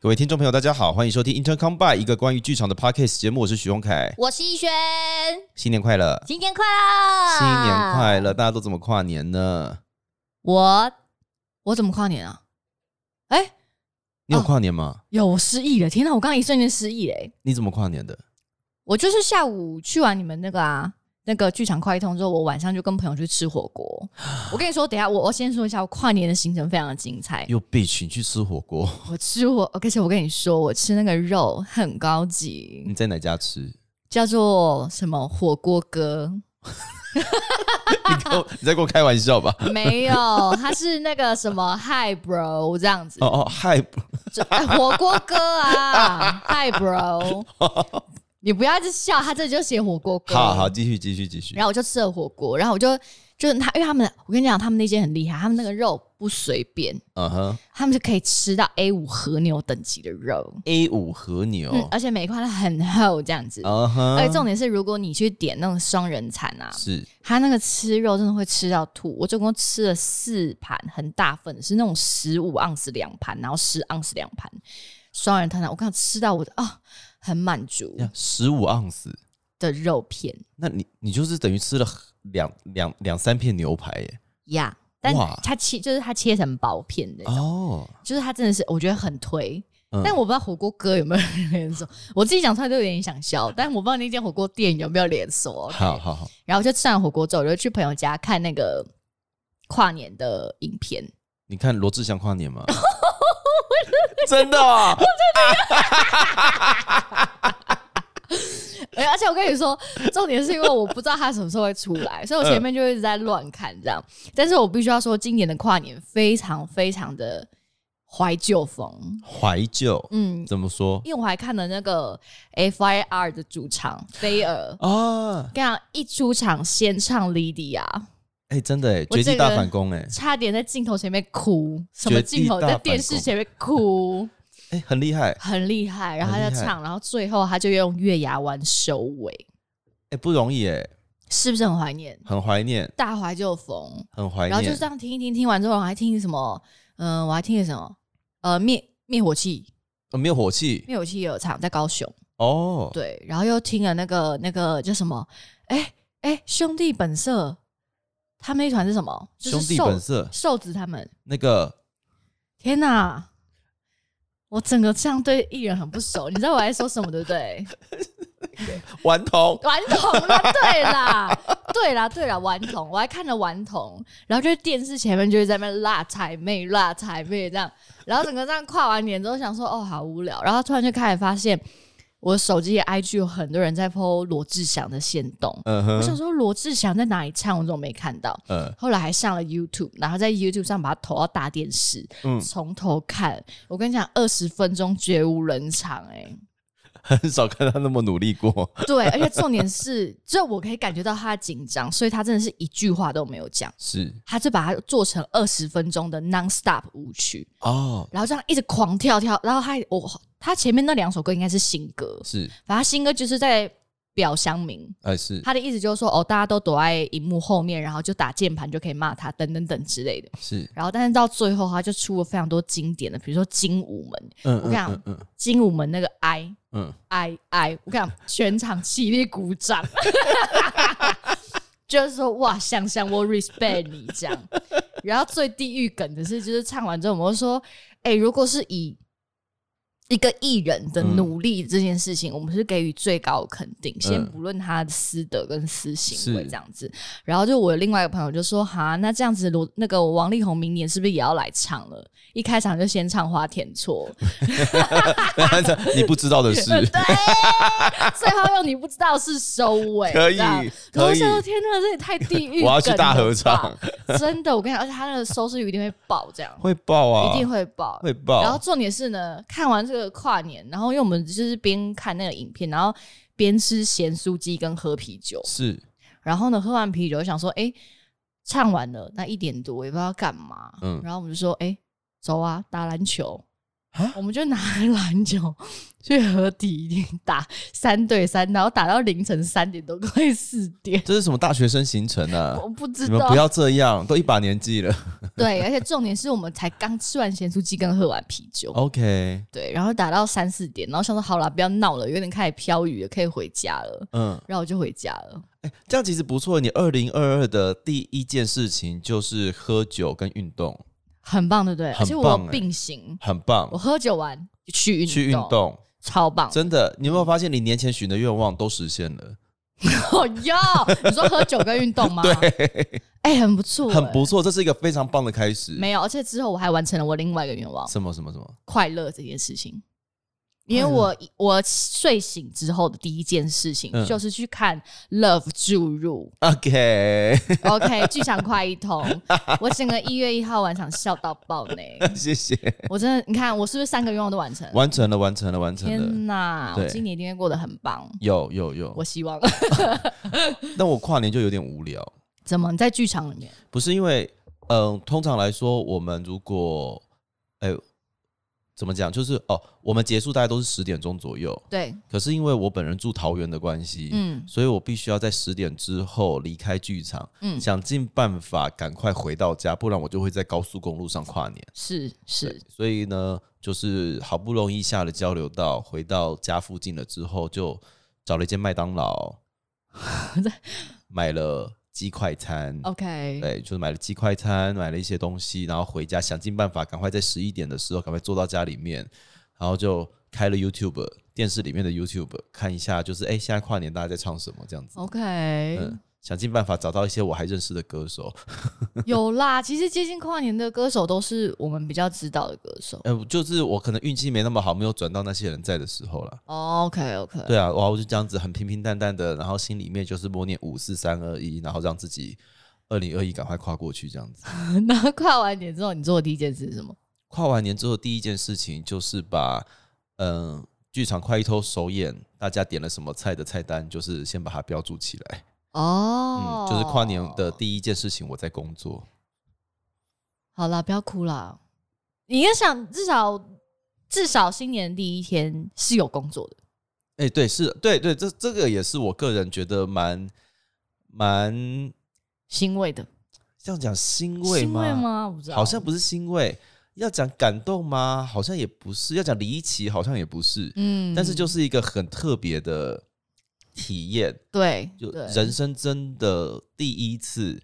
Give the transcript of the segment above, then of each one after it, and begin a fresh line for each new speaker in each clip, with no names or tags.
各位听众朋友，大家好，欢迎收听 Intercom by 一个关于剧场的 podcast 节目，我是许荣凯，
我是逸轩，
新年快乐，
新年快乐，
新年快乐！大家都怎么跨年呢？
我
我怎么跨年啊？哎、
你有
哦
跨年吗？
有我失忆了！天哪，我刚刚一瞬间失忆嘞！
你怎么跨年的？
我就是下午去完你们那个啊，那个剧场快一通之后，我晚上就跟朋友去吃火锅。我跟你说，等一下我我先说一下，我跨年的行程非常的精彩。
又被请去吃火锅，
我吃火，而且我跟你说，我吃那个肉很高级
你，在哪家吃？ 你
叫做什么火锅哥？
跟我你在跟我开玩笑吧？
没有，它是那个什么 Hi Bro 这样子，
哦哦，嗨，
这哎火锅哥啊，Hi Bro，你不要一直笑，他这里就写火锅哥。
好好，继续继续继续
然。后我就吃了火锅，然后我就就他，因为他们，我跟你讲，他们那间很厉害，他们那个肉不随便，
嗯哼
他们是可以吃到 A 五和牛等级的肉，
，A 五和牛，
嗯，而且每一块都很厚这样子。
哦嗯哼，
而且重点是，如果你去点那种双人餐啊，
是
他那个吃肉真的会吃到吐。我总共吃了四盘，很大份，是那种十五盎司两盘，然后十盎司两盘双人摊啊，我刚吃到我的啊、很满足
呀，十五盎司，
的肉片
那你你就是等于吃了两两两三片牛排耶。
呀。但
哇
它切就是它切成薄片的，
哦，
就是它真的是我觉得很推。
嗯
但我不知道火锅哥有没有连锁，我自己讲出来都有点想 笑，但我不知道那间火锅店有没有连锁。
好好好，
然后就吃完火锅之后，我就去朋友家看那个跨年的影片，
你看罗志祥跨年吗？ 真的啊，
哎而且我跟你说，重点是因为我不知道他什么时候会出来，所以我
嗯
前面就一直在乱看这样。但是我必须要说，今年的跨年非常非常的怀旧风，
怀旧，
嗯，
怎么说
因为我还看了那个 FIR 的主唱菲尔，
啊？
跟你讲，一出场先唱 Lydia，
哎，真的哎，
我
绝
这
地
个
大反攻哎，
差点在镜头前面哭，什么
绝地
镜头
大
在
反
电视
攻
前面哭，
哎，很厉害
很厉害。然后他在
很厉害
唱，然后最后他就用月牙湾收尾，
哎，不容易哎，
是不是很怀念
很怀念，
大怀旧风？
很怀
然后就
念
这。样听一听，听完之后我还听什么？嗯、我还听了什么？呃，灭灭火器，
哦没有火气
灭火器也有唱在高雄，
哦，
对，然后又听了那个那个叫什么？哎、哎、兄弟本色，他们一团是什么？就是
兄弟
瘦
本色
瘦子他们。
那个
天哪！我整个这样对艺人很不熟，你知道我在说什么对不对？
顽童，
顽童啦，对啦， 对啦，对啦，顽童，我还看了顽童，然后就在电视前面就是在那边辣彩妹、辣彩妹这样，然后整个这样跨完年之后想说哦好无聊，然后突然就开始发现我手机的 IG 有很多人在 PO 罗志祥的线动，
嗯
我想
哼，
说罗志祥在哪里唱，我怎么没看到？
呃，
后来还上了 YouTube，然后在 YouTube 上把它投到大电视，
嗯
从头看。我跟你讲，二十分钟绝无人场、欸，
很少看他那么努力过。
哎，对，而且重点是，这我可以感觉到他的紧张，所以他真的是一句话都没有讲，
是
他就把它做成二十分钟的 non stop 舞曲，
哦，
然后这样一直狂跳跳，然后他我他前面那两首歌应该是新歌，
是，
反正新歌就是在表乡民，
哎是
他的意思就是说，哦，大家都躲在荧幕后面，然后就打键盘就可以骂他，等等等之类的。
是，
然后，但是到最后，他就出了非常多经典的，比如说《精武门》，
嗯
我跟你讲
嗯嗯
精武门那个 I
嗯
I I，我跟你讲，全场起立鼓掌， 就是说哇，香香，我 respect 你这样。然后最地狱梗的是，就是唱完之后，我们会说，哎、如果是以一个艺人的
嗯
努力这件事情，我们是给予最高的肯定，先
嗯
不论他的私德跟私行为
是
这样子。然后就我另外一个朋友就说：“哈，那这样子罗那个王力宏明年是不是也要来唱了？一开场就先唱《花田错》，
嗯，你不知道的 事，
最后用你不知道是收尾，
可以
这样然后
可
我
以，
想说天哪，这也太地狱！
我要去大合唱，，
真的，我跟你讲，而且他那个收视率一定会爆，这样
会爆啊，
一定会爆。
会爆。
然后重点是呢，看完这个跨年，然后因为我们就是边看那个影片，然后边吃咸酥鸡跟喝啤酒，
是
然后呢，喝完啤酒想说，哎、唱完了，那一点多也不知道干嘛，
嗯
然后我们就说，哎、走啊，打篮球。我们就拿篮球 去合体打三对三，然后打到凌晨三点多，快四点。
这是什么大学生行程啊？
我不知
你们
道
不，要这样，都一把年纪了。
对，而且重点是我们才刚吃完咸酥鸡跟喝完啤酒，
哦 OK，
对，然后打到三四点，然后想说好了，不要闹了，有点开始飘雨了，可以回家了，
嗯，哎
然后我就回家了。
这样其实不错。你二零二二的第一件事情就是喝酒跟运动，
很棒，对不对？
很
而且我有
棒欸
并行，
很棒
我。喝酒完去运
去运
动，
动，
超棒。
真的，你有没有发现你年前许的愿望都实现了？
哦哟，你说喝酒跟运动 吗？啊对，哎，很不错，
很。不错，这是一个非常棒的开始。
没有，而且之后我还完成了我另外一个愿望，
什么什么什么，
快乐这件事情。因为我我睡醒之后的第一件事情
嗯
就是去看《Love 注入
OK，》
，OK，剧 场快一通，我整个一月一号晚上笑到爆呢！
谢谢，
我真的，你看我是不是三个愿望都完成了？
完成了，完成了，完成了。
天哪，
对
我今年一定会过得很棒，
有有有
我，希望。
但我跨年就有点无聊，
怎么你在剧场里面？
不是因为，嗯、通常来说，我们如果，哎、怎么讲，就是哦，我们结束大概都是十点钟左右，
对，
可是因为我本人住桃园的关系，
嗯
所以我必须要在十点之后离开剧场，
嗯，
想尽办法赶快回到家，不然我就会在高速公路上跨年。
是是，
所以呢，就是好不容易下了交流道，回到家附近了之后，就找了一间麦当 劳，买了鸡快
哦
餐。
OK，
对，就是买了鸡快餐，买了一些东西，然后回家想尽办法，赶快在十一点的时候赶快坐到家里面，然后就开了 YouTube 电视里面的 YouTube 看一下，就是哎、诶现在跨年大家在唱什么这样子，
OK，、
嗯，想尽办法找到一些我还认识的歌手，
有啦。其实接近跨年的歌手都是我们比较知道的歌手。
呃，就是我可能运气没那么好，没有转到那些人在的时候啦。
OK OK，
呃 对啊，哇，我就这样子很平平淡淡的，然后心里面就是默念五四三二一，然后让自己二零二一赶快跨过去这样子。
然后跨完年之后，你做的第一件事是什么？
跨完年之后，第一件事情就是把嗯剧场快一偷首演，大家点了什么菜的菜单，就是先把它标注起来。
哦、
嗯，就是跨年的。第一件事情，我在工作。
好啦，不要哭啦。你也想至少至少新年第一天是有工作的。
哎、对，是，对对，这这个也是我个人觉得蛮蛮
欣慰的，
这样讲欣慰
欣
吗？
慰吗？我不知道，
好像不是欣慰，要讲感动吗？好像也不是，要讲离奇，好像也不是。
嗯
但是就是一个很特别的体验，
对，
就
对
人生真的第一次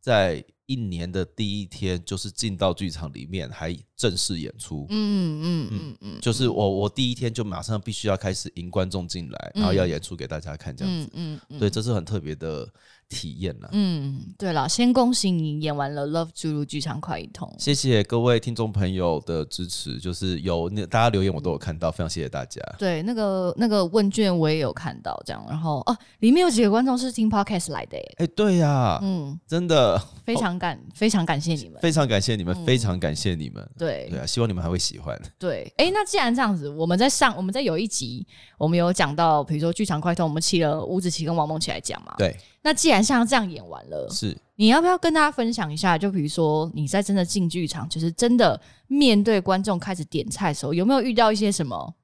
在一年的第一天，就是进到剧场里面还正式演出。
嗯嗯嗯嗯，
就是我，我第一天就马上必须要开始迎观众进来，然后要演出给大家看，这样子。
嗯嗯，
对，这是很特别的体验啦。
嗯，对了，先恭喜你演完了《Love 注入剧场快一通》，
谢谢各位听众朋友的支持，就是有那大家留言我都有看到，非常谢谢大家。
对，那个那个问卷我也有看到，这样，然后哦、里面有几个观众是听 Podcast 来的耶，
哎、对呀、
嗯，
真的
非常感、非常感谢你们，
哦非常感谢你们，
嗯
非常感谢你们。
对
对啊，希望你们还会喜欢。
对，哎、那既然这样子，我们在上我们在有一集我们有讲到，比如说剧场快通，我们请了吴子琪跟王梦琪来讲嘛，
对，
那既然像这样演完了，
是
你要不要跟大家分享一下？就比如说你在真的进剧场，就是真的面对观众开始点菜的时候，有没有遇到一些什么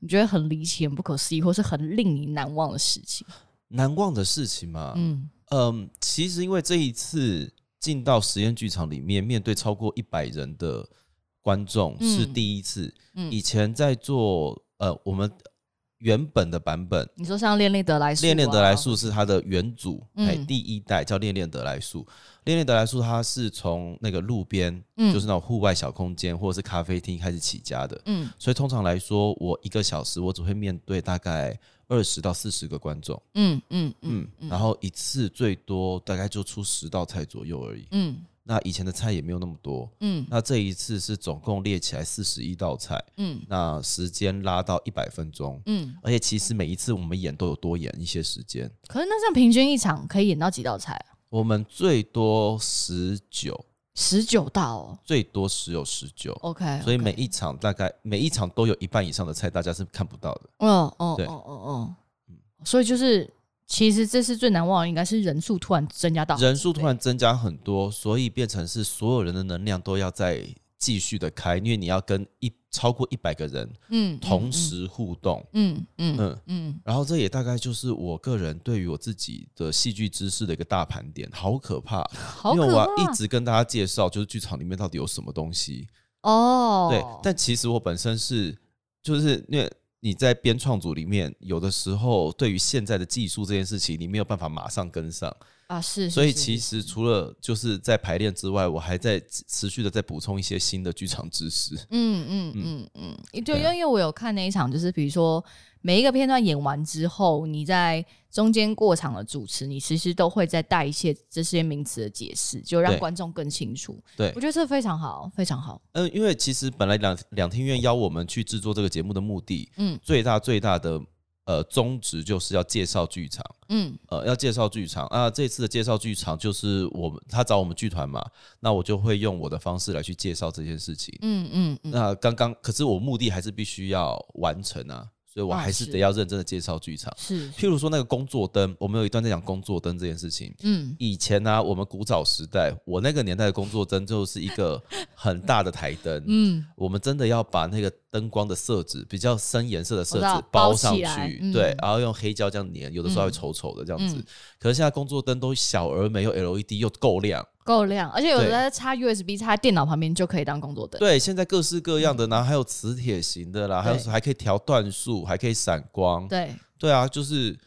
你觉得很离奇、很不可思议，或是很令你难忘的事情？
啊难忘的事情嘛。嗯
嗯
其实因为这一次进到实验剧场里面，面对超过一百人的观众
嗯
是第一次。
嗯
以，前在做呃，我们原本的版本。
你说像恋恋德莱速、啊，
恋恋德莱素是它的原祖，
嗯
哎、第一代叫恋恋德莱素。恋恋德莱素它是从那个路边，
嗯
就是那种户外小空间或者是咖啡厅开始起家的。
嗯
所以通常来说，我一个小时我只会面对大概二十到四十个观众，
嗯嗯嗯
嗯，然后一次最多大概就出十道菜左右而已。
嗯
那以前的菜也没有那么多，
嗯
那这一次是总共列起来四十一道菜，
嗯
那时间拉到一百分钟。
嗯。
而且其实每一次我们演都有多演一些时间，
可是那这样平均一场可以演到几道菜、啊？
我们最多十九，
十九道哦。
最多十有十九，
OK，
所以每一场大概每一场都有一半以上的菜大家是看不到的。
哦哦
对
哦哦哦，所以就是其实这次最难忘的应该是人数突然增加到
人数突然增加很多，所以变成是所有人的能量都要再继续的开，因为你要跟一超过一百个人
嗯，嗯
同，时互动。
嗯嗯嗯
嗯，
嗯，
然后这也大概就是我个人对于我自己的戏剧知识的一个大盘点，好可怕！
好
因为
可
我
怕
要一直跟大家介绍，就是剧场里面到底有什么东西。
哦，
对，但其实我本身是，就是因为你在编创组里面，有的时候对于现在的技术这件事情，你没有办法马上跟上，
啊是，是
所以
是
其实除了就是在排练之外，我还在持续的在补充一些新的剧场知识。
嗯嗯嗯嗯，就
对
因
啊
为我有看那一场，就是比如说每一个片段演完之后，你在中间过场的主持，你其实都会再带一些这些名词的解释，就让
对
观众更清楚。
对
我，觉得这非常好，非常好。
嗯，因为其实本来两两厅院邀我们去制作这个节目的目的，
嗯
最大最大的呃宗旨就是要介绍剧场。
嗯
呃，要介绍剧场啊，这次的介绍剧场就是我们他找我们剧团嘛，那我就会用我的方式来去介绍这件事情。
嗯嗯嗯，
那刚刚可是我目的还是必须要完成啊，所以我
啊
还是
是
得要认真的介绍剧场。
是，
譬如说那个工作灯，我们有一段在讲工作灯这件事情。
嗯
以前呢、我们古早时代，我那个年代的工作灯就是一 个很大的台灯，
嗯
我们真的要把那个灯光的色纸比较深颜色的色
我知道
纸
包
上
起
去
来，嗯
对，然后用黑胶这样粘，有的时候还会丑丑的这样子。
嗯
可是现在工作灯都小而美，又 LED E 又够亮，
够亮，而且有的
对
在插 USB 插在电脑旁边就可以当工作灯。
对，现在各式各样的，然后还有磁铁型的啦，还有
嗯对
还可以调段数，还可以闪光，
对
对啊，就是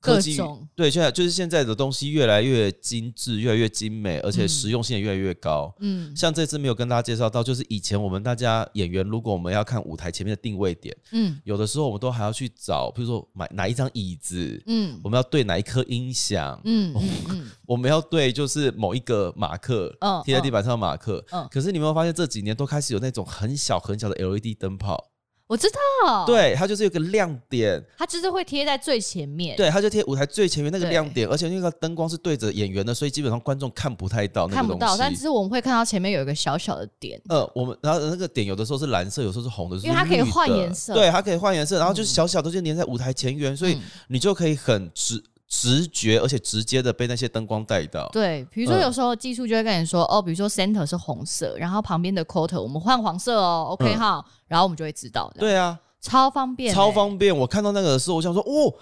各
科技
种
对，现在就是现在的东西越来越精致，越来越精美，而且
嗯
实用性也越来越高。
嗯
像这次没有跟大家介绍到，就是以前我们大家演员，如果我们要看舞台前面的定位点，
嗯
有的时候我们都还要去找，比如说买哪一张椅子，
嗯
我们要对哪一颗音响，
嗯嗯嗯，
我们要对就是某一个马克
嗯
贴在地板上的马克。
嗯
可是你有没有发现这几年都开始有那种很小很小的 LED 灯泡？
我知道，，
对，它就是有个亮点，
它就是会贴在最前面，，
对，它就贴舞台最前面那个
对
亮点，而且那个灯光是对着演员的，所以基本上观众看不太到那
看
个
不到，
东
但只
西。
是我们会看到前面有一个小小的点。
呃，我们然后那个点有的时候是蓝色，有时候是红的，有时候
因为它可以
是绿的
换颜色
对，它可以换颜色，然后就是小小的就粘在舞台前缘，所以
嗯
你就可以很直直觉，而且直接的被那些灯光带到。
对，比如说
嗯
有时候技术就会跟你说，哦，比如说 center 是红色，然后旁边的 quarter 我们换黄色哦，OK
嗯
哈、然后我们就会知道，，
对啊，
超方便欸、
超方便。我看到那个的时候，我想说，哦，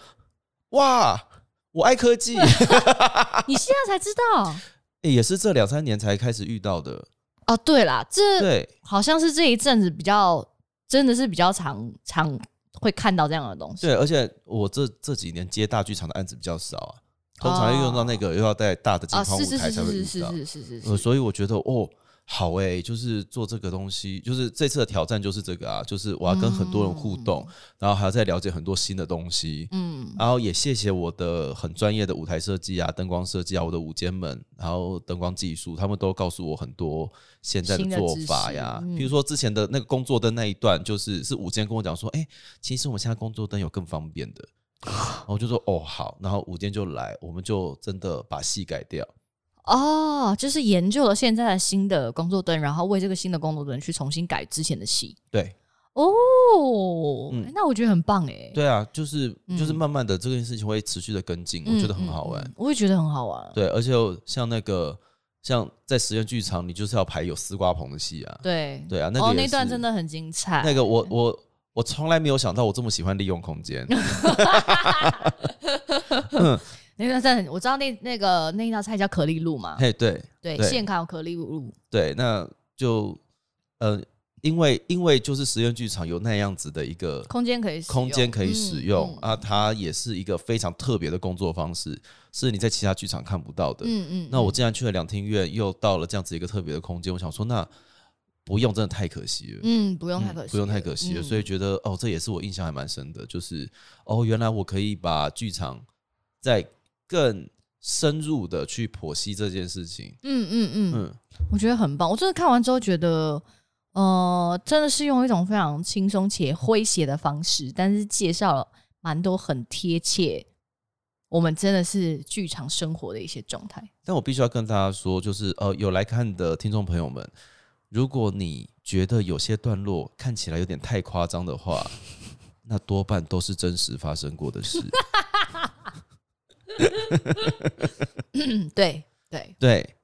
哇，我爱科技，
啊 你现在才知道
欸也是这两三年才开始遇到的。
哦。对啦，这
对，
好像是这一阵子比较，真的是比较常常会看到这样的东西。
对，而且我这这几年接大剧场的案子比较少啊，通常
哦
要用到那个又要在大的金
啊，
框
是
舞
是
台
是
才会
是是
遇到。
是是是
呃，
是，
所以我觉得哦，好哎、就是做这个东西，就是这次的挑战就是这个啊，就是我要跟很多人互动，然后还要再了解很多新的东西。
嗯，
然后也谢谢我的很专业的舞台设计啊、灯光设计啊、我的舞间们，然后灯光技术，他们都告诉我很多现在
新的
的做
知识
法呀。
嗯
比如说之前的那个工作灯那一段，就是是午间跟我讲说，哎、其实我们现在工作灯有更方便的。然后我就说哦好，然后午间就来，我们就真的把戏改掉。
哦，就是研究了现在的新的工作灯，然后为这个新的工作灯去重新改之前的戏。
对
哦，
嗯
欸那我觉得很棒哎。
对啊，就是就是
嗯
慢慢的这件事情会持续的跟进，我觉得很好玩。
嗯嗯嗯我也觉得很好玩。
对，而且像那个像在实验剧场，你就是要排有丝瓜棚的戏啊。
对
对啊，那个
哦，
也
那段
是
真的很精彩。
那个我我我从来没有想到我这么喜欢利用空 间，
那段真的很，我知道那那个那一道菜叫可丽露嘛，
嘿，对
对，
对
现烤可丽露，
对，那就呃，因为因为就是实验剧场有那样子的一个
空间可以使用
空间可以使用、
嗯
啊，它也是一个非常特别的工作方式，是你在其他剧场看不到的。
嗯嗯，
那我既然去了两厅院，又到了这样子一个特别的空间，我想说那不用真的太可惜了。
嗯不用太
嗯
可惜了，
不用太可惜了。
嗯
所以觉得哦，这也是我印象还蛮深的，就是哦，原来我可以把剧场再更深入的去剖析这件事情。
嗯嗯嗯
嗯，
我觉得很棒。我真的看完之后觉得，呃，真的是用一种非常轻松且诙谐的方式，但是介绍了蛮多很贴切我们真的是剧场生活的一些状态。
但我必须要跟大家说，就是呃，有来看的听众朋友们，如果你觉得有些段落看起来有点太夸张的话，那多半都是真实发生过的事。
嗯，对对，
对，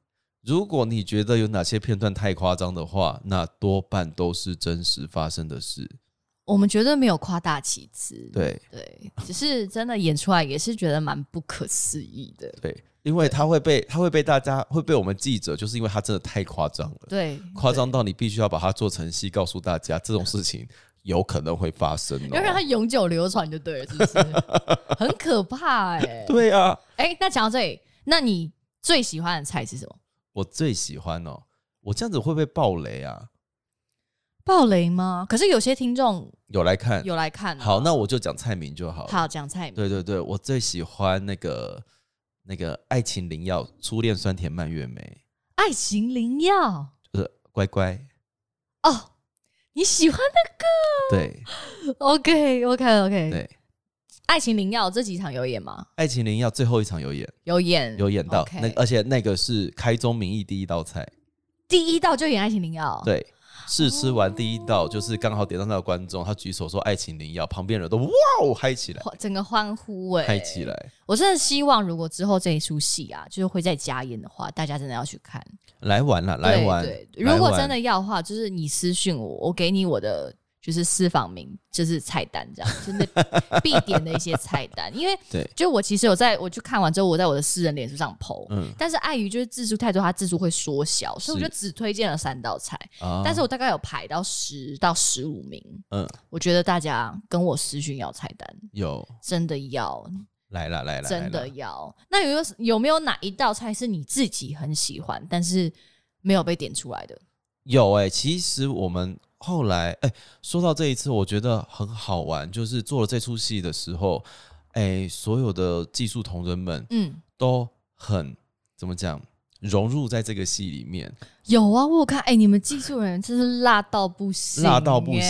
如果你觉得有哪些片段太夸张的话，那多半都是真实发生的事。
我们绝对没有夸大其词，
对
对，只是真的演出来也是觉得蛮不可思议 的，
对，因为他会被他会被大家会被我们记者，就是因为他真的太夸张了，
对，
夸张到你必须要把它做成戏，告诉大家这种事情有可能会发生、
对，
哦。
要让它永久流传就对了，是不是？很可怕哎、
对啊，
哎、那讲到这里，那你最喜欢的菜是什么？
我最喜欢哦，我这样子会不会爆雷啊？
暴雷吗？可是有些听众
有来看，
有来看、啊
好，那我就讲菜名就好了。
好讲菜名，
对对对，我最喜欢那个那个《爱情灵药》《初恋酸甜蔓越莓》，
爱情灵药
就是乖乖。
哦，你喜欢
对
的？OK OK OK，
对，《
爱情灵药这几场有演吗？
爱情灵药》最后一场有演，
有演，
有演到
嗯 OK
那，而且那个是开宗明义第一道菜，
第一道就演爱情灵药，，
对。试吃完第一道，就是刚好点到那个观众，他举手说“爱情灵药”，旁边人都哇哦嗨起来，
整个欢呼哎、
嗨起来！
我真的希望，如果之后这一出戏啊，就是会在家演的话，大家真的要去看。
来玩了，来
对
玩
对，！
来
如果
玩
真的要的话，就是你私信我，我给你我的就是私房名，就是菜单这样，真的必点的一些菜单。因为
对
就我其实有在我去看完之后，我在我的私人脸书上 PO，、
嗯
但是碍于就是字数太多，它字数会缩小，所以我
是
就只推荐了三道菜。
啊
但是我大概有排到十到十五名，
嗯
我觉得大家跟我私讯要菜单，
有
真的要，
来了来了，
真
来
的
啦
要。那有没有有没有哪一道菜是你自己很喜欢，但是没有被点出来的？
有哎、其实我们后来哎、说到这一次，我觉得很好玩，就是做了这出戏的时候，哎、所有的技术同仁们
嗯，
都很怎么讲，融入在这个戏里面，
有啊，我有看，哎、你们技术人员真是辣到不行耶，
辣到不行，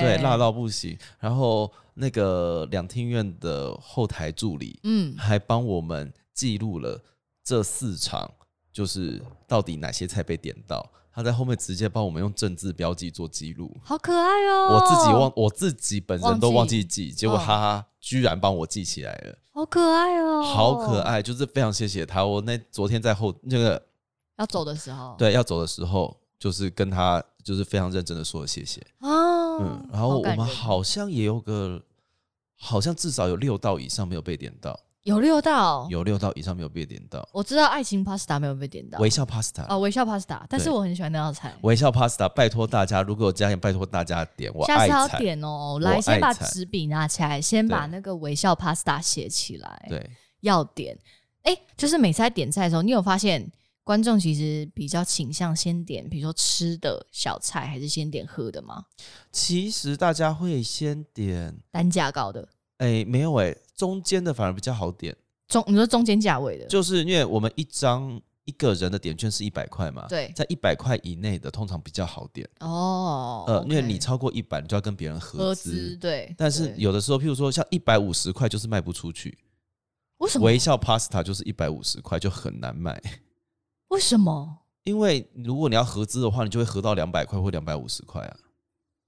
对，辣到不行。然后那个两厅院的后台助理
嗯，
还帮我们记录了这四场，就是到底哪些菜被点到。他在后面直接帮我们用正字标记做记录，
好可爱哦、
我自己忘，我自己本人都忘
忘
记
记哦
记，结果他居然帮我记起来了，
好可爱哦、
好可。爱，就是非常谢谢他。我那昨天在后那个
要走的时候，啊
对要走的时候，就是跟他就是非常认真的说了谢谢，
啊，
嗯，然后我
感
们
人
好像也有个，好像至少有六道以上没有被点到，
有六道，
有六道以上没有被点到，
我知道爱情 pasta 没有被点到，
微笑 pasta，
啊微笑 pasta，但是
对
我很喜欢那道菜，
微笑 pasta，拜托大家，如果有家人，拜托大家点，我
下
爱
次要
菜，
点哦、
我
来
爱
先把
菜
纸笔拿起来，先把
对
那个微笑 pasta 写起来，
对，
要点。哎、就是每次在点菜的时候，你有发现观众其实比较倾向先点，比如说吃的小菜，还是先点喝的吗？
其实大家会先点。
单价高的
哎、没有哎、中间的反而比较好点，
中，你说中间价位的，
就是因为我们一张一个人的点券是一百块嘛，
对
在一百块以内的通常比较好点，
哦，
呃，因为
OK
你超过一百，你就要跟别人合
合
资
资。对，
但是
对
有的时候，譬如说像一百五十块就是卖不出去，
为什么？
微笑 pasta 就是一百五十块就很难卖，
为什么？
因为如果你要合资的话，你就会合到两百块或两百五十块啊。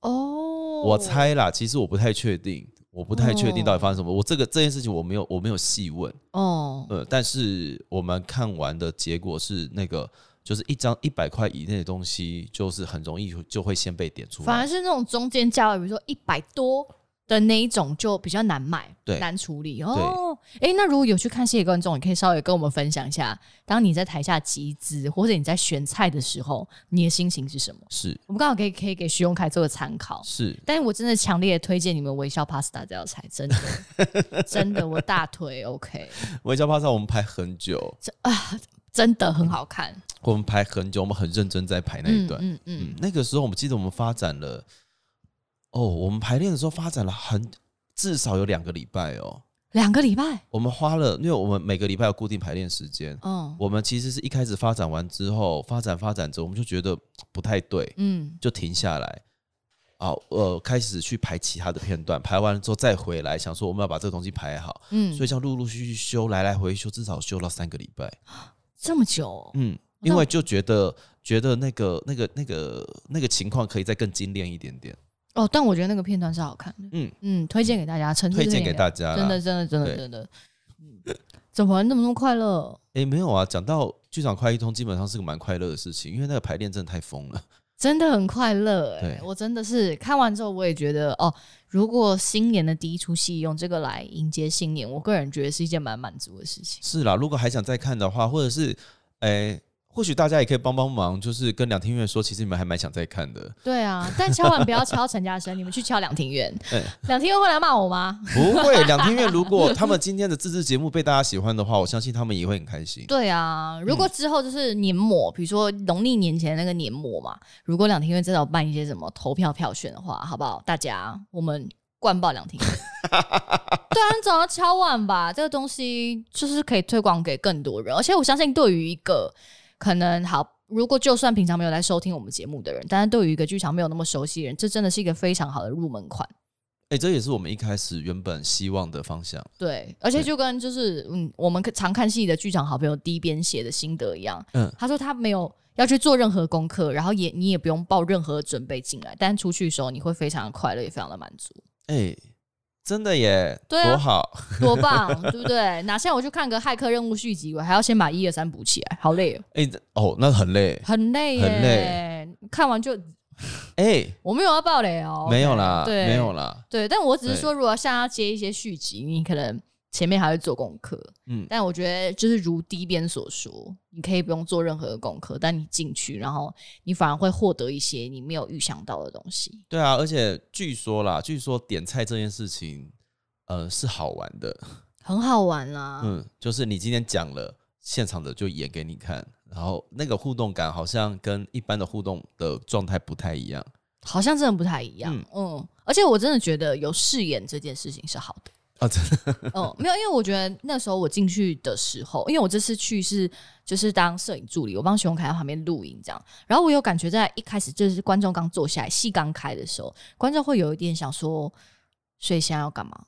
哦，
我猜啦，其实我不太确定，我不太确定
哦
到底发生什么。我这个这件事情我没有我没有细问，
哦，
呃，但是我们看完的结果是，那个就是一张一百块以内的东西，就是很容易就会先被点出
反而
来。
是那种中间价位，比如说一百多的那一种，就比较难买，
对
难处理哦。哎、那如果有去看戏的观众，也可以稍微跟我们分享一下，当你在台下集资或者你在选菜的时候，你的心情是什么？
是
我们刚好可以可以给徐永凯做个参 考。
是，
但是我真的强烈地推荐你们微笑 pasta 这道菜，真的，真的， 我大推 OK，
微笑 pasta 我们排很久，
真的很好看。
我们排很久，我们很认真在排那一段。嗯
嗯嗯嗯，
那个时候我们记得我们发展了，哦，我们排练的时候发展了很至少有两个礼拜哦。
两个礼拜，
我们花了，因为我们每个礼拜有固定排练时间。
嗯
我们其实是一开始发展完之后，发展发展着，我们就觉得不太对，
嗯，
就停下来，啊，呃，开始去排其他的片段，排完了之后再回来，想说我们要把这个东西排好，
嗯
所以这样陆陆续续修，来来回修，至少修到三个礼拜，
这么久哦、
嗯，
那
因为就觉得觉得那个那个那个那个情况可以再更精炼一点点，
哦，但我觉得那个片段是好看的。
嗯
嗯嗯，推荐给大家，诚挚
推荐给
给
大家啦，
真的真的真
对
的真的，嗯，怎么那么那么快乐？哦
哎、没有啊，讲到剧场快一通，基本上是个蛮快乐的事情，因为那个排练真的太疯了。
真的很快乐哎、
对
我真的是看完之后，我也觉得哦，如果新年的第一出戏用这个来迎接新年，我个人觉得是一件蛮满足的事情。
是啦，如果还想再看的话，或者是哎、或许大家也可以帮帮忙，就是跟两厅院说，其实你们还蛮想再看的。
对啊，但千万不要敲陈嘉生，你们去敲两庭院
哎，
两庭院会来骂我吗？
不会，两厅院如果他们今天的自制节目被大家喜欢的话，我相信他们也会很开心。
对啊，如果之后就是年末，比如说农历年前那个年末嘛，如果两庭院真的有办一些什么投票票选的话，好不好？大家我们灌爆两庭院。对啊，你总要敲碗吧，这个东西就是可以推广给更多人，而且我相信对于一个可能好。如果就算平常没有来收听我们节目的人，但是对于一个剧场没有那么熟悉的人，这真的是一个非常好的入门款。
哎、这也是我们一开始原本希望的方向。
对，而且
对
就跟就是嗯，我们常看戏的剧场好朋友第一边写的心得一样，
嗯
他说他没有要去做任何功课，然后也你也不用抱任何准备进来，但出去的时候你会非常的快乐，也非常的满足，
哎、真的耶，
对啊
多好！
多棒，对不对？哪像我去看个骇客任务续集，我还要先把一二三补起来，好累哦，
哎、哦，那很累。
很累耶，
很累
看完就
哎、
我没有要爆雷哦，
没有啦，
对，
没有啦。
对，但我只是说，如果像要接一些续集，你可能前面还会做功课。
嗯
嗯，但我觉得就是如第边所说，你可以不用做任何的功课，但你进去，然后你反而会获得一些你没有预想到的东西。
对啊，而且据说啦，据说点菜这件事情，呃，是好玩的。
很好玩啊啦、
嗯，就是你今天讲了，现场的就演给你看，然后那个互动感好像跟一般的互动的状态不太一样。
好像真的不太一样。嗯而且我真的觉得有饰演这件事情是好的。
啊真
的？嗯，没有，因为我觉得那时候我进去的时候，因为我这次去是就是当摄影助理，我帮熊凯在旁边录影这样。然后我有感觉在一开始就是观众刚坐下来，戏刚开的时候，观众会有一点想说，所以现在要干嘛？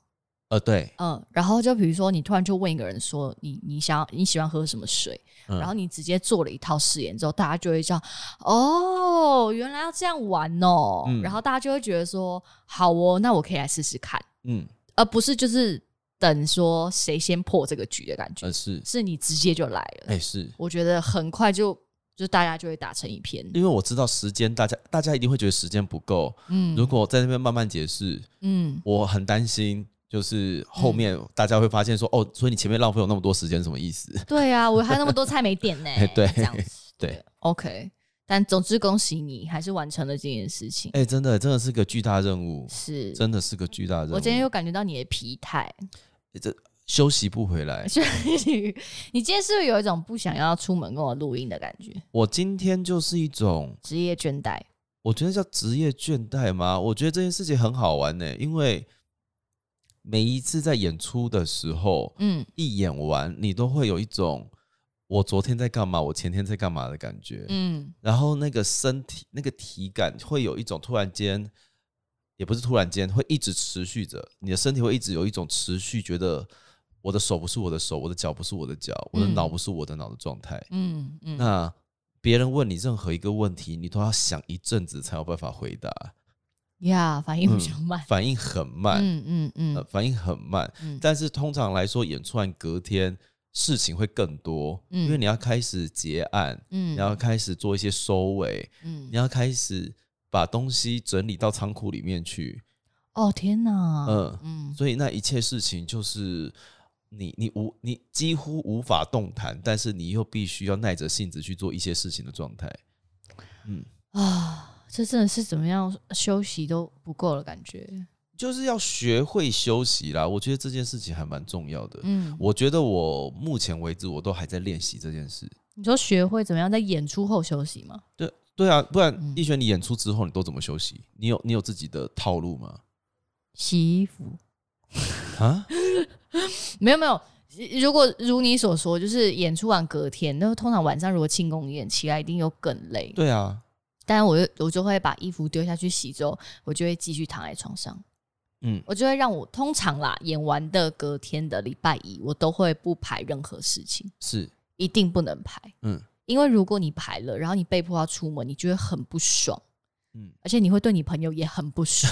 呃，对，
嗯，然后就比如说你突然就问一个人说你你想你喜欢喝什么水，
嗯
然后你直接做了一套试验之后，大家就会叫哦，原来要这样玩哦，
嗯
然后大家就会觉得说好哦，那我可以来试试看，
嗯，
而不是就是等说谁先破这个局的感觉，
呃是，
是你直接就来了。
哎、是。
我觉得很快就就大家就会打成一片，
因为我知道时间，大家大家一定会觉得时间不够。
嗯
如果在那边慢慢解释，
嗯，
我很担心，就是后面大家会发现说，哦，所以你前面浪费我那么多时间，什么意思？
对啊，我还有那么多菜没点呢
哎，对
这样子
对
，OK。但总之，恭喜你还是完成了这件事情。
哎、真的，真的是个巨大任务，
是，
真的是个巨大任务。
我今天又感觉到你的疲态，
休息不回来，
所以 你今天是不是有一种不想要出门跟我录音的感觉？
我今天就是一种
职业倦怠，
我觉得叫职业倦怠吗？我觉得这件事情很好玩呢、因为每一次在演出的时候，
嗯，
一演完你都会有一种我昨天在干嘛，我前天在干嘛的感觉。
嗯，
然后那个身体那个体感会有一种突然间，也不是突然间，会一直持续着，你的身体会一直有一种持续觉得我的手不是我的手，我的脚不是我的脚，我的
嗯
脑不是我的脑的状态。
嗯嗯，
那别人问你任何一个问题，你都要想一阵子才有办法回答，
呀，反应比较慢，
反应很慢，
嗯嗯
呃
嗯，
反应很慢。
嗯
但是通常来说，演出完隔天事情会更多，
嗯
因为你要开始结案，
嗯，
你要开始做一些收尾，
嗯
你，要开始把东西整理到仓库里面去，
哦天哪，
嗯
嗯
所以那一切事情就是。你你无你几乎无法动弹，但是你又必须要耐着性子去做一些事情的状态。
啊，这真的是怎么样休息都不够的感觉，
就是要学会休息啦。我觉得这件事情还蛮重要的。
嗯，
我觉得我目前为止我都还在练习这件事。
你说学会怎么样在演出后休息吗？
对对啊，不然
嗯
逸轩，你演出之后你都怎么休息？你有你有自己的套路吗？
洗衣服，嗯
啊，
没有没有，如果如你所说，就是演出完隔天，那通常晚上如果庆功宴起来，一定又更累。
对啊，
但我就我就会把衣服丢下去洗之后，我就会继续躺在床上。
嗯
我就会让我通常啦，演完的隔天的礼拜一，我都会不排任何事情，
是，
一定不能排，
嗯
因为如果你排了，然后你被迫要出门，你就会很不爽，
嗯
而且你会对你朋友也很不爽，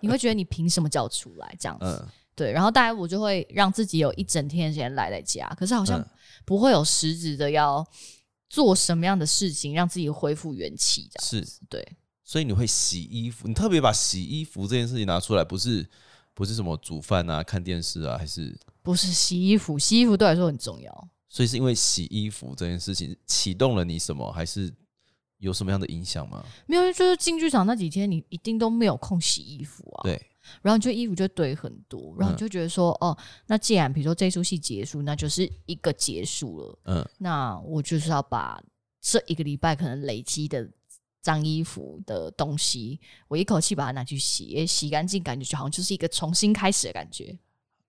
你会觉得你凭什么叫我出来这样子？
嗯，
对，然后大概我就会让自己有一整天的时间赖在家，可是好像
嗯
不会有实质的要做什么样的事情让自己恢复元气这样。
是，
对，
所以你会洗衣服，你特别把洗衣服这件事情拿出来，不是不是什么煮饭啊、看电视啊，还是
不是洗衣服，洗衣服对我来说很重要。
所以是因为洗衣服这件事情启动了你什么，还是有什么样的影响吗？
没有，就是进剧场那几天，你一定都没有空洗衣服啊。
对，
然后你就衣服就堆很多，然
嗯
后你就觉得说，哦，那既然比如说这一出戏结束，那就是一个结束了，
嗯，
那我就是要把这一个礼拜可能累积的脏衣服的东西，我一口气把它拿去洗，因为洗干净，感觉就好像就是一个重新开始的感觉。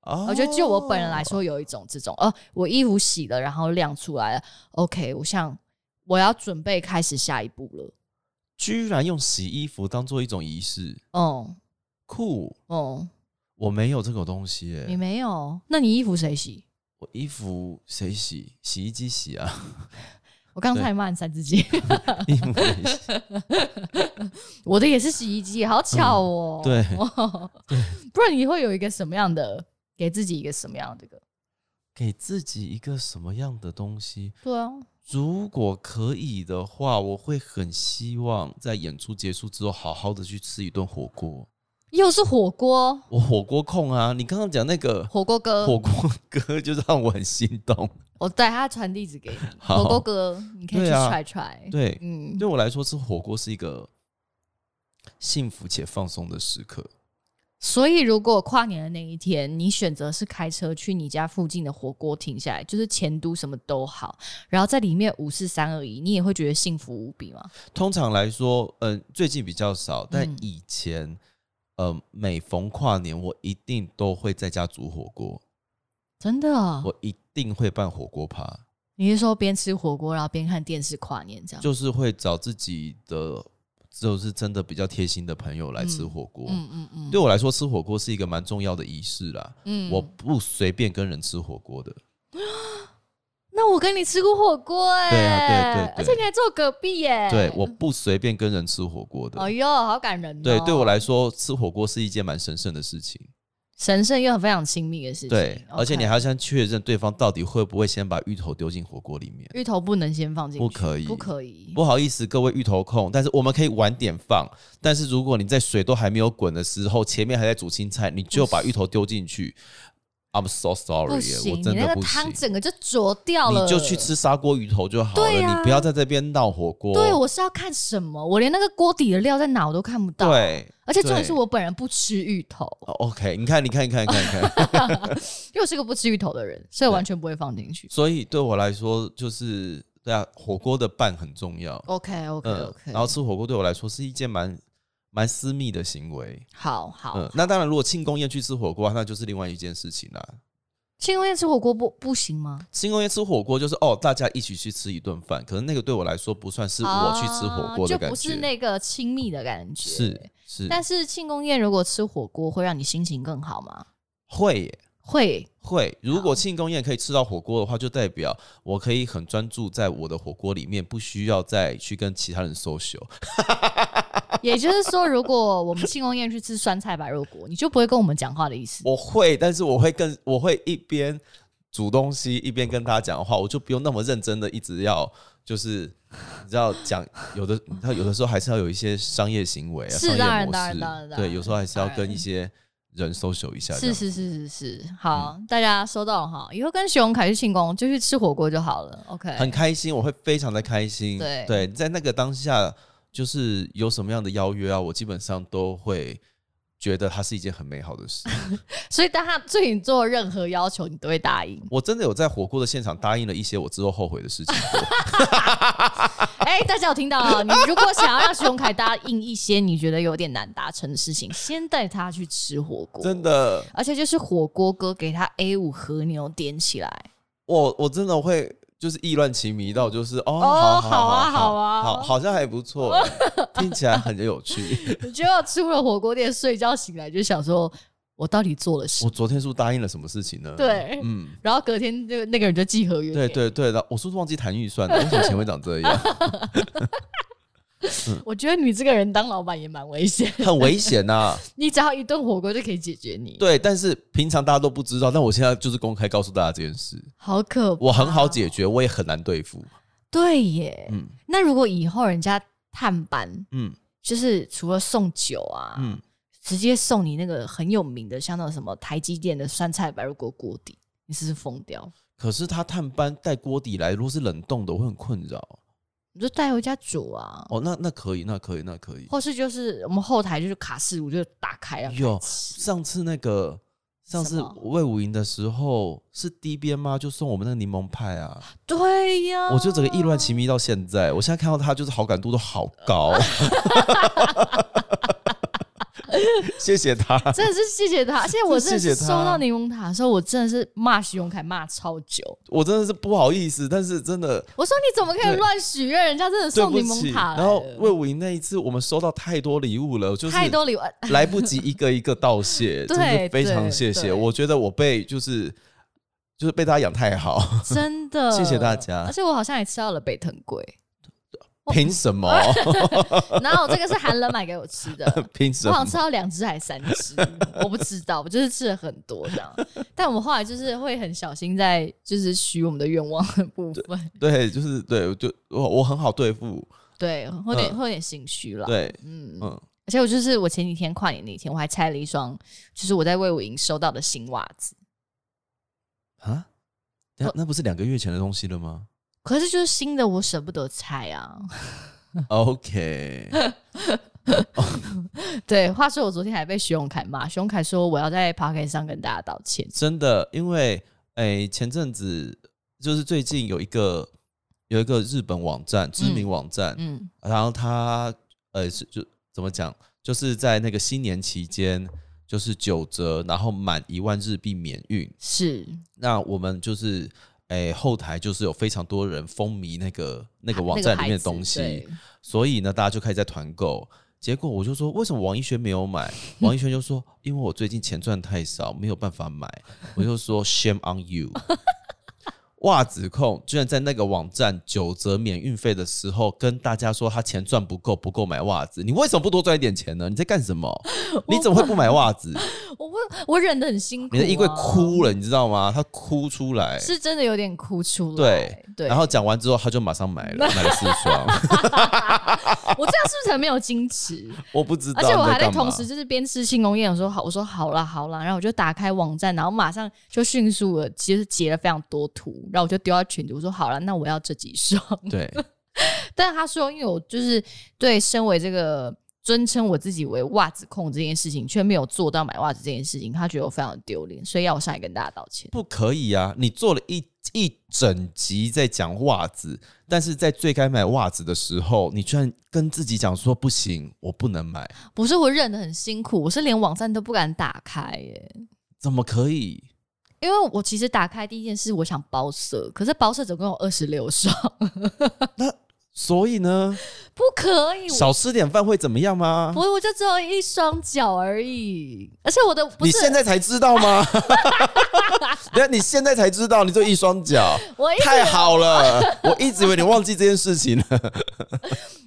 哦
我觉得就我本人来，说，有一种这种，哦，我衣服洗了，然后晾出来了，OK，我想我要准备开始下一步了。
居然用洗衣服当做一种仪式，
哦、
酷！
哦、
我没有这种东西、
你
欸，
没有？那你衣服谁洗？
我衣服谁洗？洗衣机洗 啊，
我刚
对
太慢，三字经。
衣服没洗。
我的也是洗衣机，好巧哦。
嗯对
不然你会有一个什么样的，给自己一个什么样的这个？
给自己一个什么样的东西？
对啊，
如果可以的话，我会很希望在演出结束之后，好好的去吃一顿火锅。
又是火锅，
我火锅控啊！你刚刚讲那个
火锅哥，
火锅歌，就让我很心 动。
我带他传地址给你。
好
火锅哥，你可以去
对啊
踹踹。
对，
嗯，
对我来说，吃火锅是一个幸福且放松的时刻。
所以如果跨年的那一天，你选择是开车去你家附近的火锅停下来，就是前都什么都好，然后在里面五四三二一，你也会觉得幸福无比吗？
通常来说，嗯、最近比较少，但
嗯
以前，呃，每逢跨年，我一定都会在家煮火锅，
真的啊，
我一定会办火锅趴，
你是说边吃火锅然后边看电视跨年这样？
就是会找自己的，就是真的比较贴心的朋友来吃
嗯
火锅。
嗯嗯嗯，
对我来说，吃火锅是一个蛮重要的仪式啦。
嗯
我不随便跟人吃火锅的，
那我跟你吃过火锅哎、
对啊对对对
而且你还坐隔壁耶、
对，我不随便跟人吃火锅的。
哎呦，好感人、哎嗯哦。
对，对我来说，吃火锅是一件蛮神圣的事情。
神圣又非常亲密的事情。
对，而且你
OK
还要先确认对方到底会不会先把芋头丢进火锅里面。
芋头不能先放进去，
不可以
不可以。
不好意思，各位芋头控，但是我们可以晚点放。但是如果你在水都还没有滚的时候，前面还在煮青菜，你就把芋头丢进去。I'm so
不
sorry，
行，
我真
你
的
那
不
个
行
汤。整个就浊掉了。
你就去。吃砂锅鱼头就好了，
对啊
你不要在这边闹火锅。
对，我是要看什么？我连那个锅底的料在哪我都看不到。，
对
而且重点
对
是我本人不吃芋头，
哦，OK，你看，你看，你看，你看，你看。
因为我是个不吃芋头的人，所以
对
完全不会放进去。
所以对我来说，就是对啊，火锅的伴很重要。
OK OK
嗯
OK，、
然后吃火锅对我来说是一件蛮蛮私密的行为。
好好。
嗯，那当然，如果庆功宴去吃火锅，那就是另外一件事情啦。
庆功宴吃火锅不不行吗？
庆功宴吃火锅就是哦，大家一起去吃一顿饭，可能那个对我来说不算是我去吃火锅的
哦啊就
感
不
觉，
是那个亲密的感觉。
是，是
但是庆功宴如果吃火锅会让你心情更好吗？
会耶
会，
会。如
好
果庆功宴可以吃到火锅的话，就代表我可以很专注在我的火锅里面，不需要再去跟其他人 social。
也就是说，如果我们庆功宴去吃酸菜白肉锅，你就不会跟我们讲话的意思。
我会，但是我会更我会一边煮东西一边跟大家讲话，我就不用那么认真的一直要就是你知道讲有的你知道有的时候还是要有一些商业行为啊，
是
商业
当然
模
当然
式
当然当
对，
然
有时候还是要
当
跟
然
一些人 social 一下，
是，是是是是，好，
嗯
大家收到了哈。以后跟徐荣凯去庆功，就去吃火锅就好了。OK，
很开心，我会非常的开心，
对
在那个当下就是有什么样的邀约啊，我基本上都会。觉得它是一件很美好的事，。
所以当他对你做任何要求，你都会答应
我真的有在火锅的现场答应了一些我之后后悔的事情。
哎、大家有听到啊？你如果想要让徐荣凯答应一些你觉得有点难达成的事情，先带他去吃火锅。
真的，
而且就是火锅哥给他 A 五和牛点起来，
我我真的会就是意乱情迷到就是哦，好
好
好
啊好啊
好好像还不 错，听起来很有趣。
结果出了火锅店睡觉醒来就想说，我到底做了什
我
么？
昨天是不是答应了什么事情呢？
对
嗯，
然后隔天就那个人就寄合约，
对，对对，然后我是不是忘记谈预算了？为什么钱会长这样？
我觉得你这个人当老板也蛮危险，
很危险呐、
你只要一顿火锅就可以解决你，
对，但是平常大家都不知道，但我现在就是公开告诉大家这件事，
好可怕。
我很好解决，我也很难对付。
哦对耶，
嗯
那如果以后人家探班，
嗯
就是除了送酒啊，
嗯，
直接送你那个很有名的，像那种什么台积电的酸菜白肉锅锅底，你是不是疯掉？
可是他探班带锅底来，如果是冷冻的，我会很困扰。
你就带回家煮啊，
哦，那那可以，那可以，那可以。
或是就是我们后台就是卡式炉就打开啊，
有上次那个，上
什
次
么
魏武营的时候是低边吗？就送我们那个柠檬派啊，
对呀、
我就整个意乱情迷到现在。我现在看到他就是好感度都好 高，谢谢他。
真的是谢谢他，而且我真的
谢
是
谢他
收到柠檬塔的时候，我真的是骂徐永凯骂超久。
我真的是不好意思，但是真的
我说你怎么可以
对
乱许愿？人家真的
对
送
不
柠
起。
檬塔来
然后
了
魏武营那一次，我们收到太多礼物了，就是
太多礼物，呃
来不及一个一个道谢，真
对
是非常
对
谢谢。
对
我觉得我被就是就是被大家养太好，
真 的
谢谢大家
而且我好像也吃到了北藤龟，我
凭什 么？，
然后这个是寒冷买给我吃的
凭什
我
么
好像？吃到两只还是三只， 我不知道，我就是吃了很多这样。但我们后来就是会很小心在就是许我们的愿望的部分，
对，就是对，我就我我很好对付，
对，会有点、
嗯
会有点心虚了。
对，
嗯，
嗯，
而且我就是我前几天跨年那天，我还拆了一双，就是我在魏武营收到的新袜子。
啊，等下
哦
那不是两个月前的东西了吗
可是就是新的，我舍不得拆啊。
？OK，
对，话说我昨天还被徐永凯骂，徐永凯说我要在 p o c k e t 上跟大家道歉。
真的，因为诶、前阵子就是最近有一个有一个日本网站，知名网站，
嗯，
然后他呃是就怎么讲，就是在那个新年期间。就是九折，然后满一万日币免运。
是
那我们就是，诶、后台就是有非常多人风靡那个那个网站里面的东西，
那啊个牌子对
所以呢，大家就开始在团购。结果我就说，为什么王一轩没有 买？王一轩就说，因为我最近钱赚太少，没有办法买。我就说，shame on you！袜子控居然在那个网站九折免运费的时候，跟大家说他钱赚不够，不够买袜子。你为什么不多赚一点钱呢？你在干什 么？你怎么会不买袜子？
我不我忍得很辛苦、啊
你的衣柜，哭了，你知道吗？他哭出来。
是真的有点哭出来。
对
对，
然后讲完之后，他就马上买 了，买了四双。
我这样是不是很没有矜持？
我 不知道，
而且我
在
还在
干嘛
同时就是边吃庆功宴，我说好，我说好啦好啦，然后我就打开网站，然后马上就迅速的其实截了非常多图，然后我就丢到群组，我说好了，那我要这几双。
对，
但是他说，因为我就是对身为这个尊称我自己为袜子控这件事情，却没有做到买袜子这件事情，他觉得我非常丢脸，所以要我上来跟大家道歉。
不可以啊！你做了一一整集在讲袜子，但是在最该买袜子的时候，你居然跟自己讲说不行，我不能买，
不是我忍得很辛苦，我是连网站都不敢打开耶、
怎么可以？
因为我其实打开第一件事，我想包色，可是包色总共有二十六双，
所以呢，
不可以，哎我
少吃点饭会怎么样吗？
我我就只有一双脚而已，而且我的不
你
是
现在才知道 吗？对，啊你现在才知道，你就一双脚，
哎我一直
太好了！我一直以为你忘记这件事情了。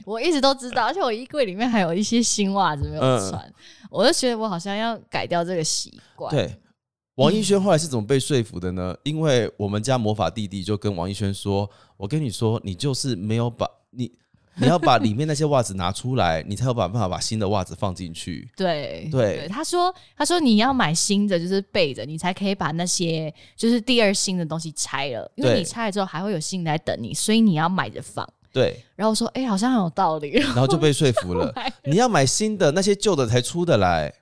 我一直都知道，而且我衣柜里面还有一些新袜子没有
嗯
穿，我就觉得我好像要改掉这个习惯。
对，王一轩后来是怎么被说服的呢？因为我们家魔法弟弟就跟王一轩说：“我跟你说，你就是没有把你，你要把里面那些袜子拿出来，你才有办法把新的袜子放进去。
对
对
他说他说你要买新的，就是备着，你才可以把那些就是第二新的东西拆了，因为
对
你拆了之后还会有新的来等你，所以你要买着放。”
对，
然后我说：“哎、好像很有道理。。
然后就被说服了
买
你要买新的，那些旧的才出得来。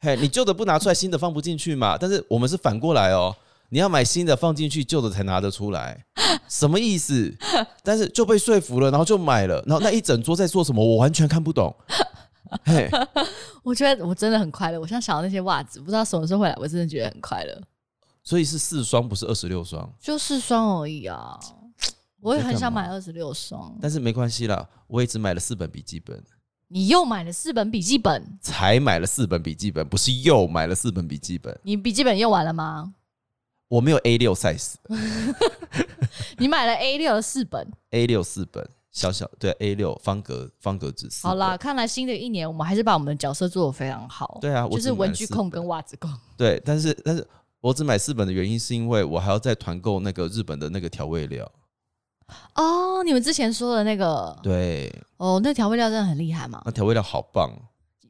嘿，你旧的不拿出来，新的放不进去嘛。但是我们是反过来哦，你要买新的放进去，旧的才拿得出来，什么意思？但是就被说服了，然后就买了，然后那一整桌在做什么，我完全看不懂。嘿，
我觉得我真的很快乐。我现在想到那些袜子，不知道什么时候会来，我真的觉得很快乐。
所以是四双，不是二十六双。
就四双而已啊，我也很想
在
买二十六双。
但是没关系啦，我也只买了四本笔记本，
你又买了四本笔记本，
才买了四本笔记本，不是又买了四本笔记本。
你笔记本用完了吗？
我没有 A 六 size，A
你买了 A 六的四本，
六四本，小小对 A 六方格方格纸四本。
好啦，看来新的一年我们还是把我们的角色做得非常好。
对啊我
就是
只买
文
了
具
四
控
本
跟袜子控。
对，但是但是我只买四本的原因是因为我还要再团购那个日本的那个调味料。
哦，你们之前说的那个，
对，呃
哦，那调味料真的很厉害嘛
那。调味料好棒。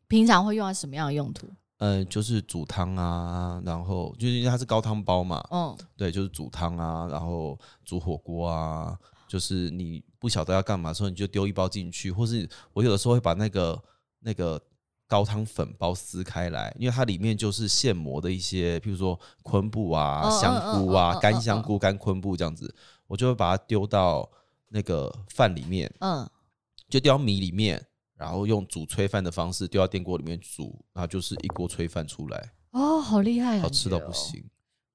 平常会用到什么样的用途？
嗯，就是煮汤啊，然后就是因为它是高汤包嘛，
嗯，
对，就是煮汤啊，然后煮火锅啊，就是你不晓得要干嘛的时候，你就丢一包进去，或是我有的时候会把那个那个高汤粉包撕开来，因为它里面就是现磨的一些，譬如说昆布啊、
嗯嗯
香菇啊、
嗯嗯嗯
干香菇、干昆布这样子，我就会把它丢到那个饭里面，
嗯，
就丢到米里面，然后用煮炊饭的方式丢到电锅里面煮，然后就是一锅炊饭出来，
哦，好厉害，
好吃到
感觉
不
哦。
行。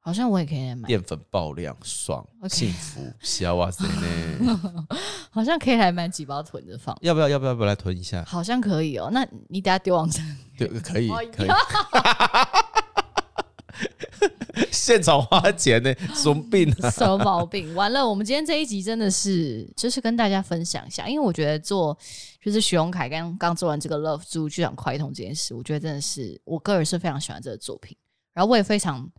好像我也可以来买，
淀粉爆量，爽
OK
幸福，小哇塞 呢？
好像可以来买几包囤着放，
要不要？要不要？要不要来囤一 下？
好像可以哦。那你等下丢网站，
对，可以
哎，
可以。 现场花钱呢、什么病啊？
什么毛病？完了，我们今天这一集真的是就是跟大家分享一下，因为我觉得做就是徐荣凯刚刚做完这个《Love 猪剧场快通》这件事，我觉得真的是我个人是非常喜欢这个作品，然后我也非常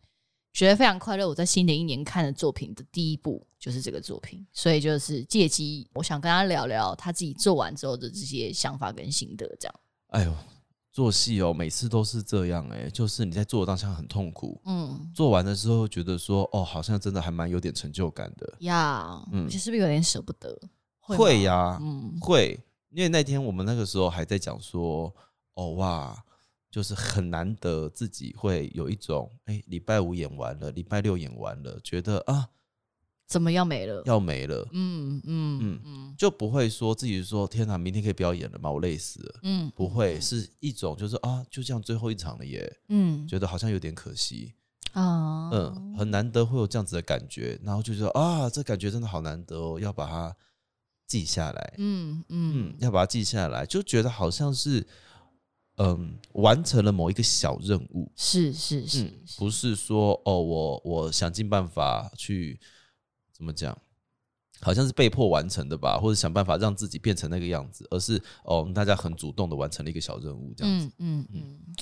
觉得非常快乐。我在新的一年看的作品的第一部就是这个作品，所以就是借机我想跟他聊聊他自己做完之后的这些想法跟心得，这样。
哎呦，做戏哦，每次都是这样哎、就是你在做的当下很痛苦，
嗯
做完的时候觉得说，哦，好像真的还蛮有点成就感的。
呀，
嗯
嗯，是不是有点舍不得？吗
会呀、
嗯
会，因为那天我们那个时候还在讲说，哦哇，就是很难得自己会有一种，哎、礼拜五演完了，礼拜六演完了，觉得啊
怎么要没了？
要没了，
嗯嗯
嗯
嗯嗯
就不会说自己说天哪，明天可以不要演了吗？我累死了。
嗯，
不会，是一种就是啊，就这样最后一场了耶，
嗯
觉得好像有点可惜，
啊
嗯，很难得会有这样子的感觉，然后就觉得啊，这感觉真的好难得哦，要把它记下来，
嗯嗯
嗯，要把它记下来，就觉得好像是，嗯，完成了某一个小任务，
是是是
嗯，不是说哦，我我想尽办法去怎么讲，好像是被迫完成的吧，或者想办法让自己变成那个样子，而是哦，大家很主动的完成了一个小任务这样子，
嗯嗯嗯，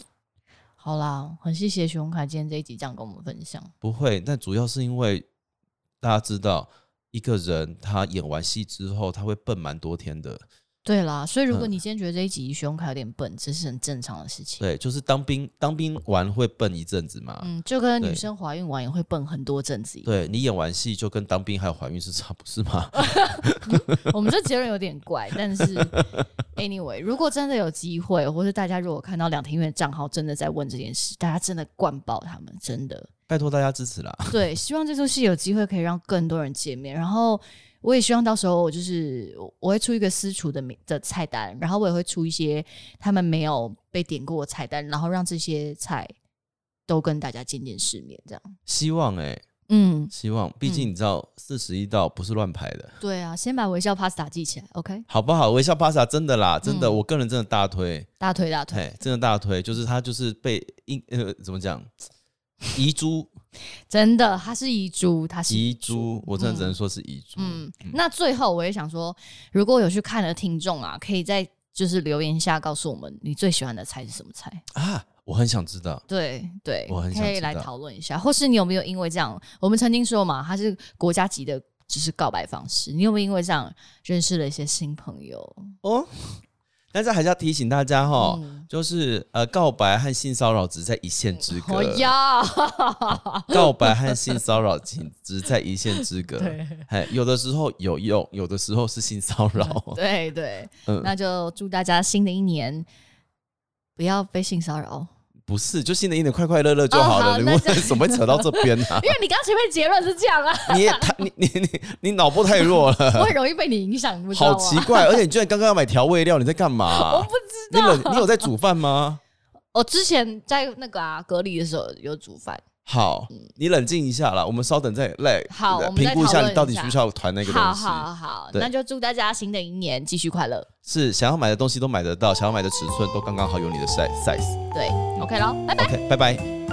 好啦，很谢谢熊凯今天这一集这样跟我们分享，
不会，但主要是因为大家知道。一个人他演完戏之后，他会笨蛮多天的。
对啦，所以如果
嗯
你今天觉得这一集熊凯有点笨，这是很正常的事情，
对，啊就是当兵，当兵完会笨一阵子嘛。
嗯，就跟
对
女生怀孕完也会笨很多阵子一样，
对你演完戏就跟当兵还有怀孕是差不是吗？
我们这结论有点怪，但是 anyway，如果真的有机会，或是大家如果看到两庭院的账号真的在问这件事，大家真的灌爆他们，真的
拜托大家支持啦！
对，希望这出戏有机会可以让更多人见面，然后我也希望到时候我就是我我会出一个私厨的名的菜单，然后我也会出一些他们没有被点过的菜单，然后让这些菜都跟大家见见世面，这样。
希望哎、
嗯，
希望，毕竟你知道四十一道不是乱排的，
对啊，先把微笑 pasta 记起来，OK？
好不好？微笑 pasta 真的啦，真的，
嗯
我个人真的大推，
大腿大腿，
嘿，真的大推，就是他就是被因呃怎么讲，遗珠
真的，它是遗珠，它是
遗珠，我真的只能说是遗珠，
嗯，那最后我也想说，如果有去看的听众啊，可以在就是留言下告诉我们你最喜欢的菜是什么菜。
啊，我很想知道，
对对，
我很想
可以
知
来
道
讨论一下，或是你有没有因为这样，我们曾经说嘛，它是国家级的，就是告白方式，你有没有因为这样认识了一些新朋友？
哦。 但是还是要提醒大家哈，
嗯
就是呃，告白和性骚扰只在一线之隔。
我要，
哦 告白和性骚扰仅只在一线之隔。
对
嘿，有的时候有用，有的时候是性骚扰。
对对，
嗯，
那就祝大家新的一年不要被性骚
哦
扰。
不是，就新的一年快快乐乐就好
哦好
了。你
那
为
就
什么会扯到这边 呢、
因为你刚刚前面结论是这样啊，
你也太你你你你脑波太弱了，
我很容易被你影响， 你不知道啊
好
吗？
奇怪！而且你居然刚刚要买调味料，你在干嘛、
我不知
你冷你有在煮饭吗？
我之前在那个啊隔离的时候有煮饭，
好，你冷静一下啦，我们稍等再来
嗯好我们
评
再
估一
讨
下
论
你到底
一下
需不需要团那个东
好
西。
好好，
对
那就祝大家新的一年继续快乐，
是想要买的东西都买得到，想要买的尺寸都刚刚好有你的 size size。
对，OK 咯，拜拜。
OK，拜拜。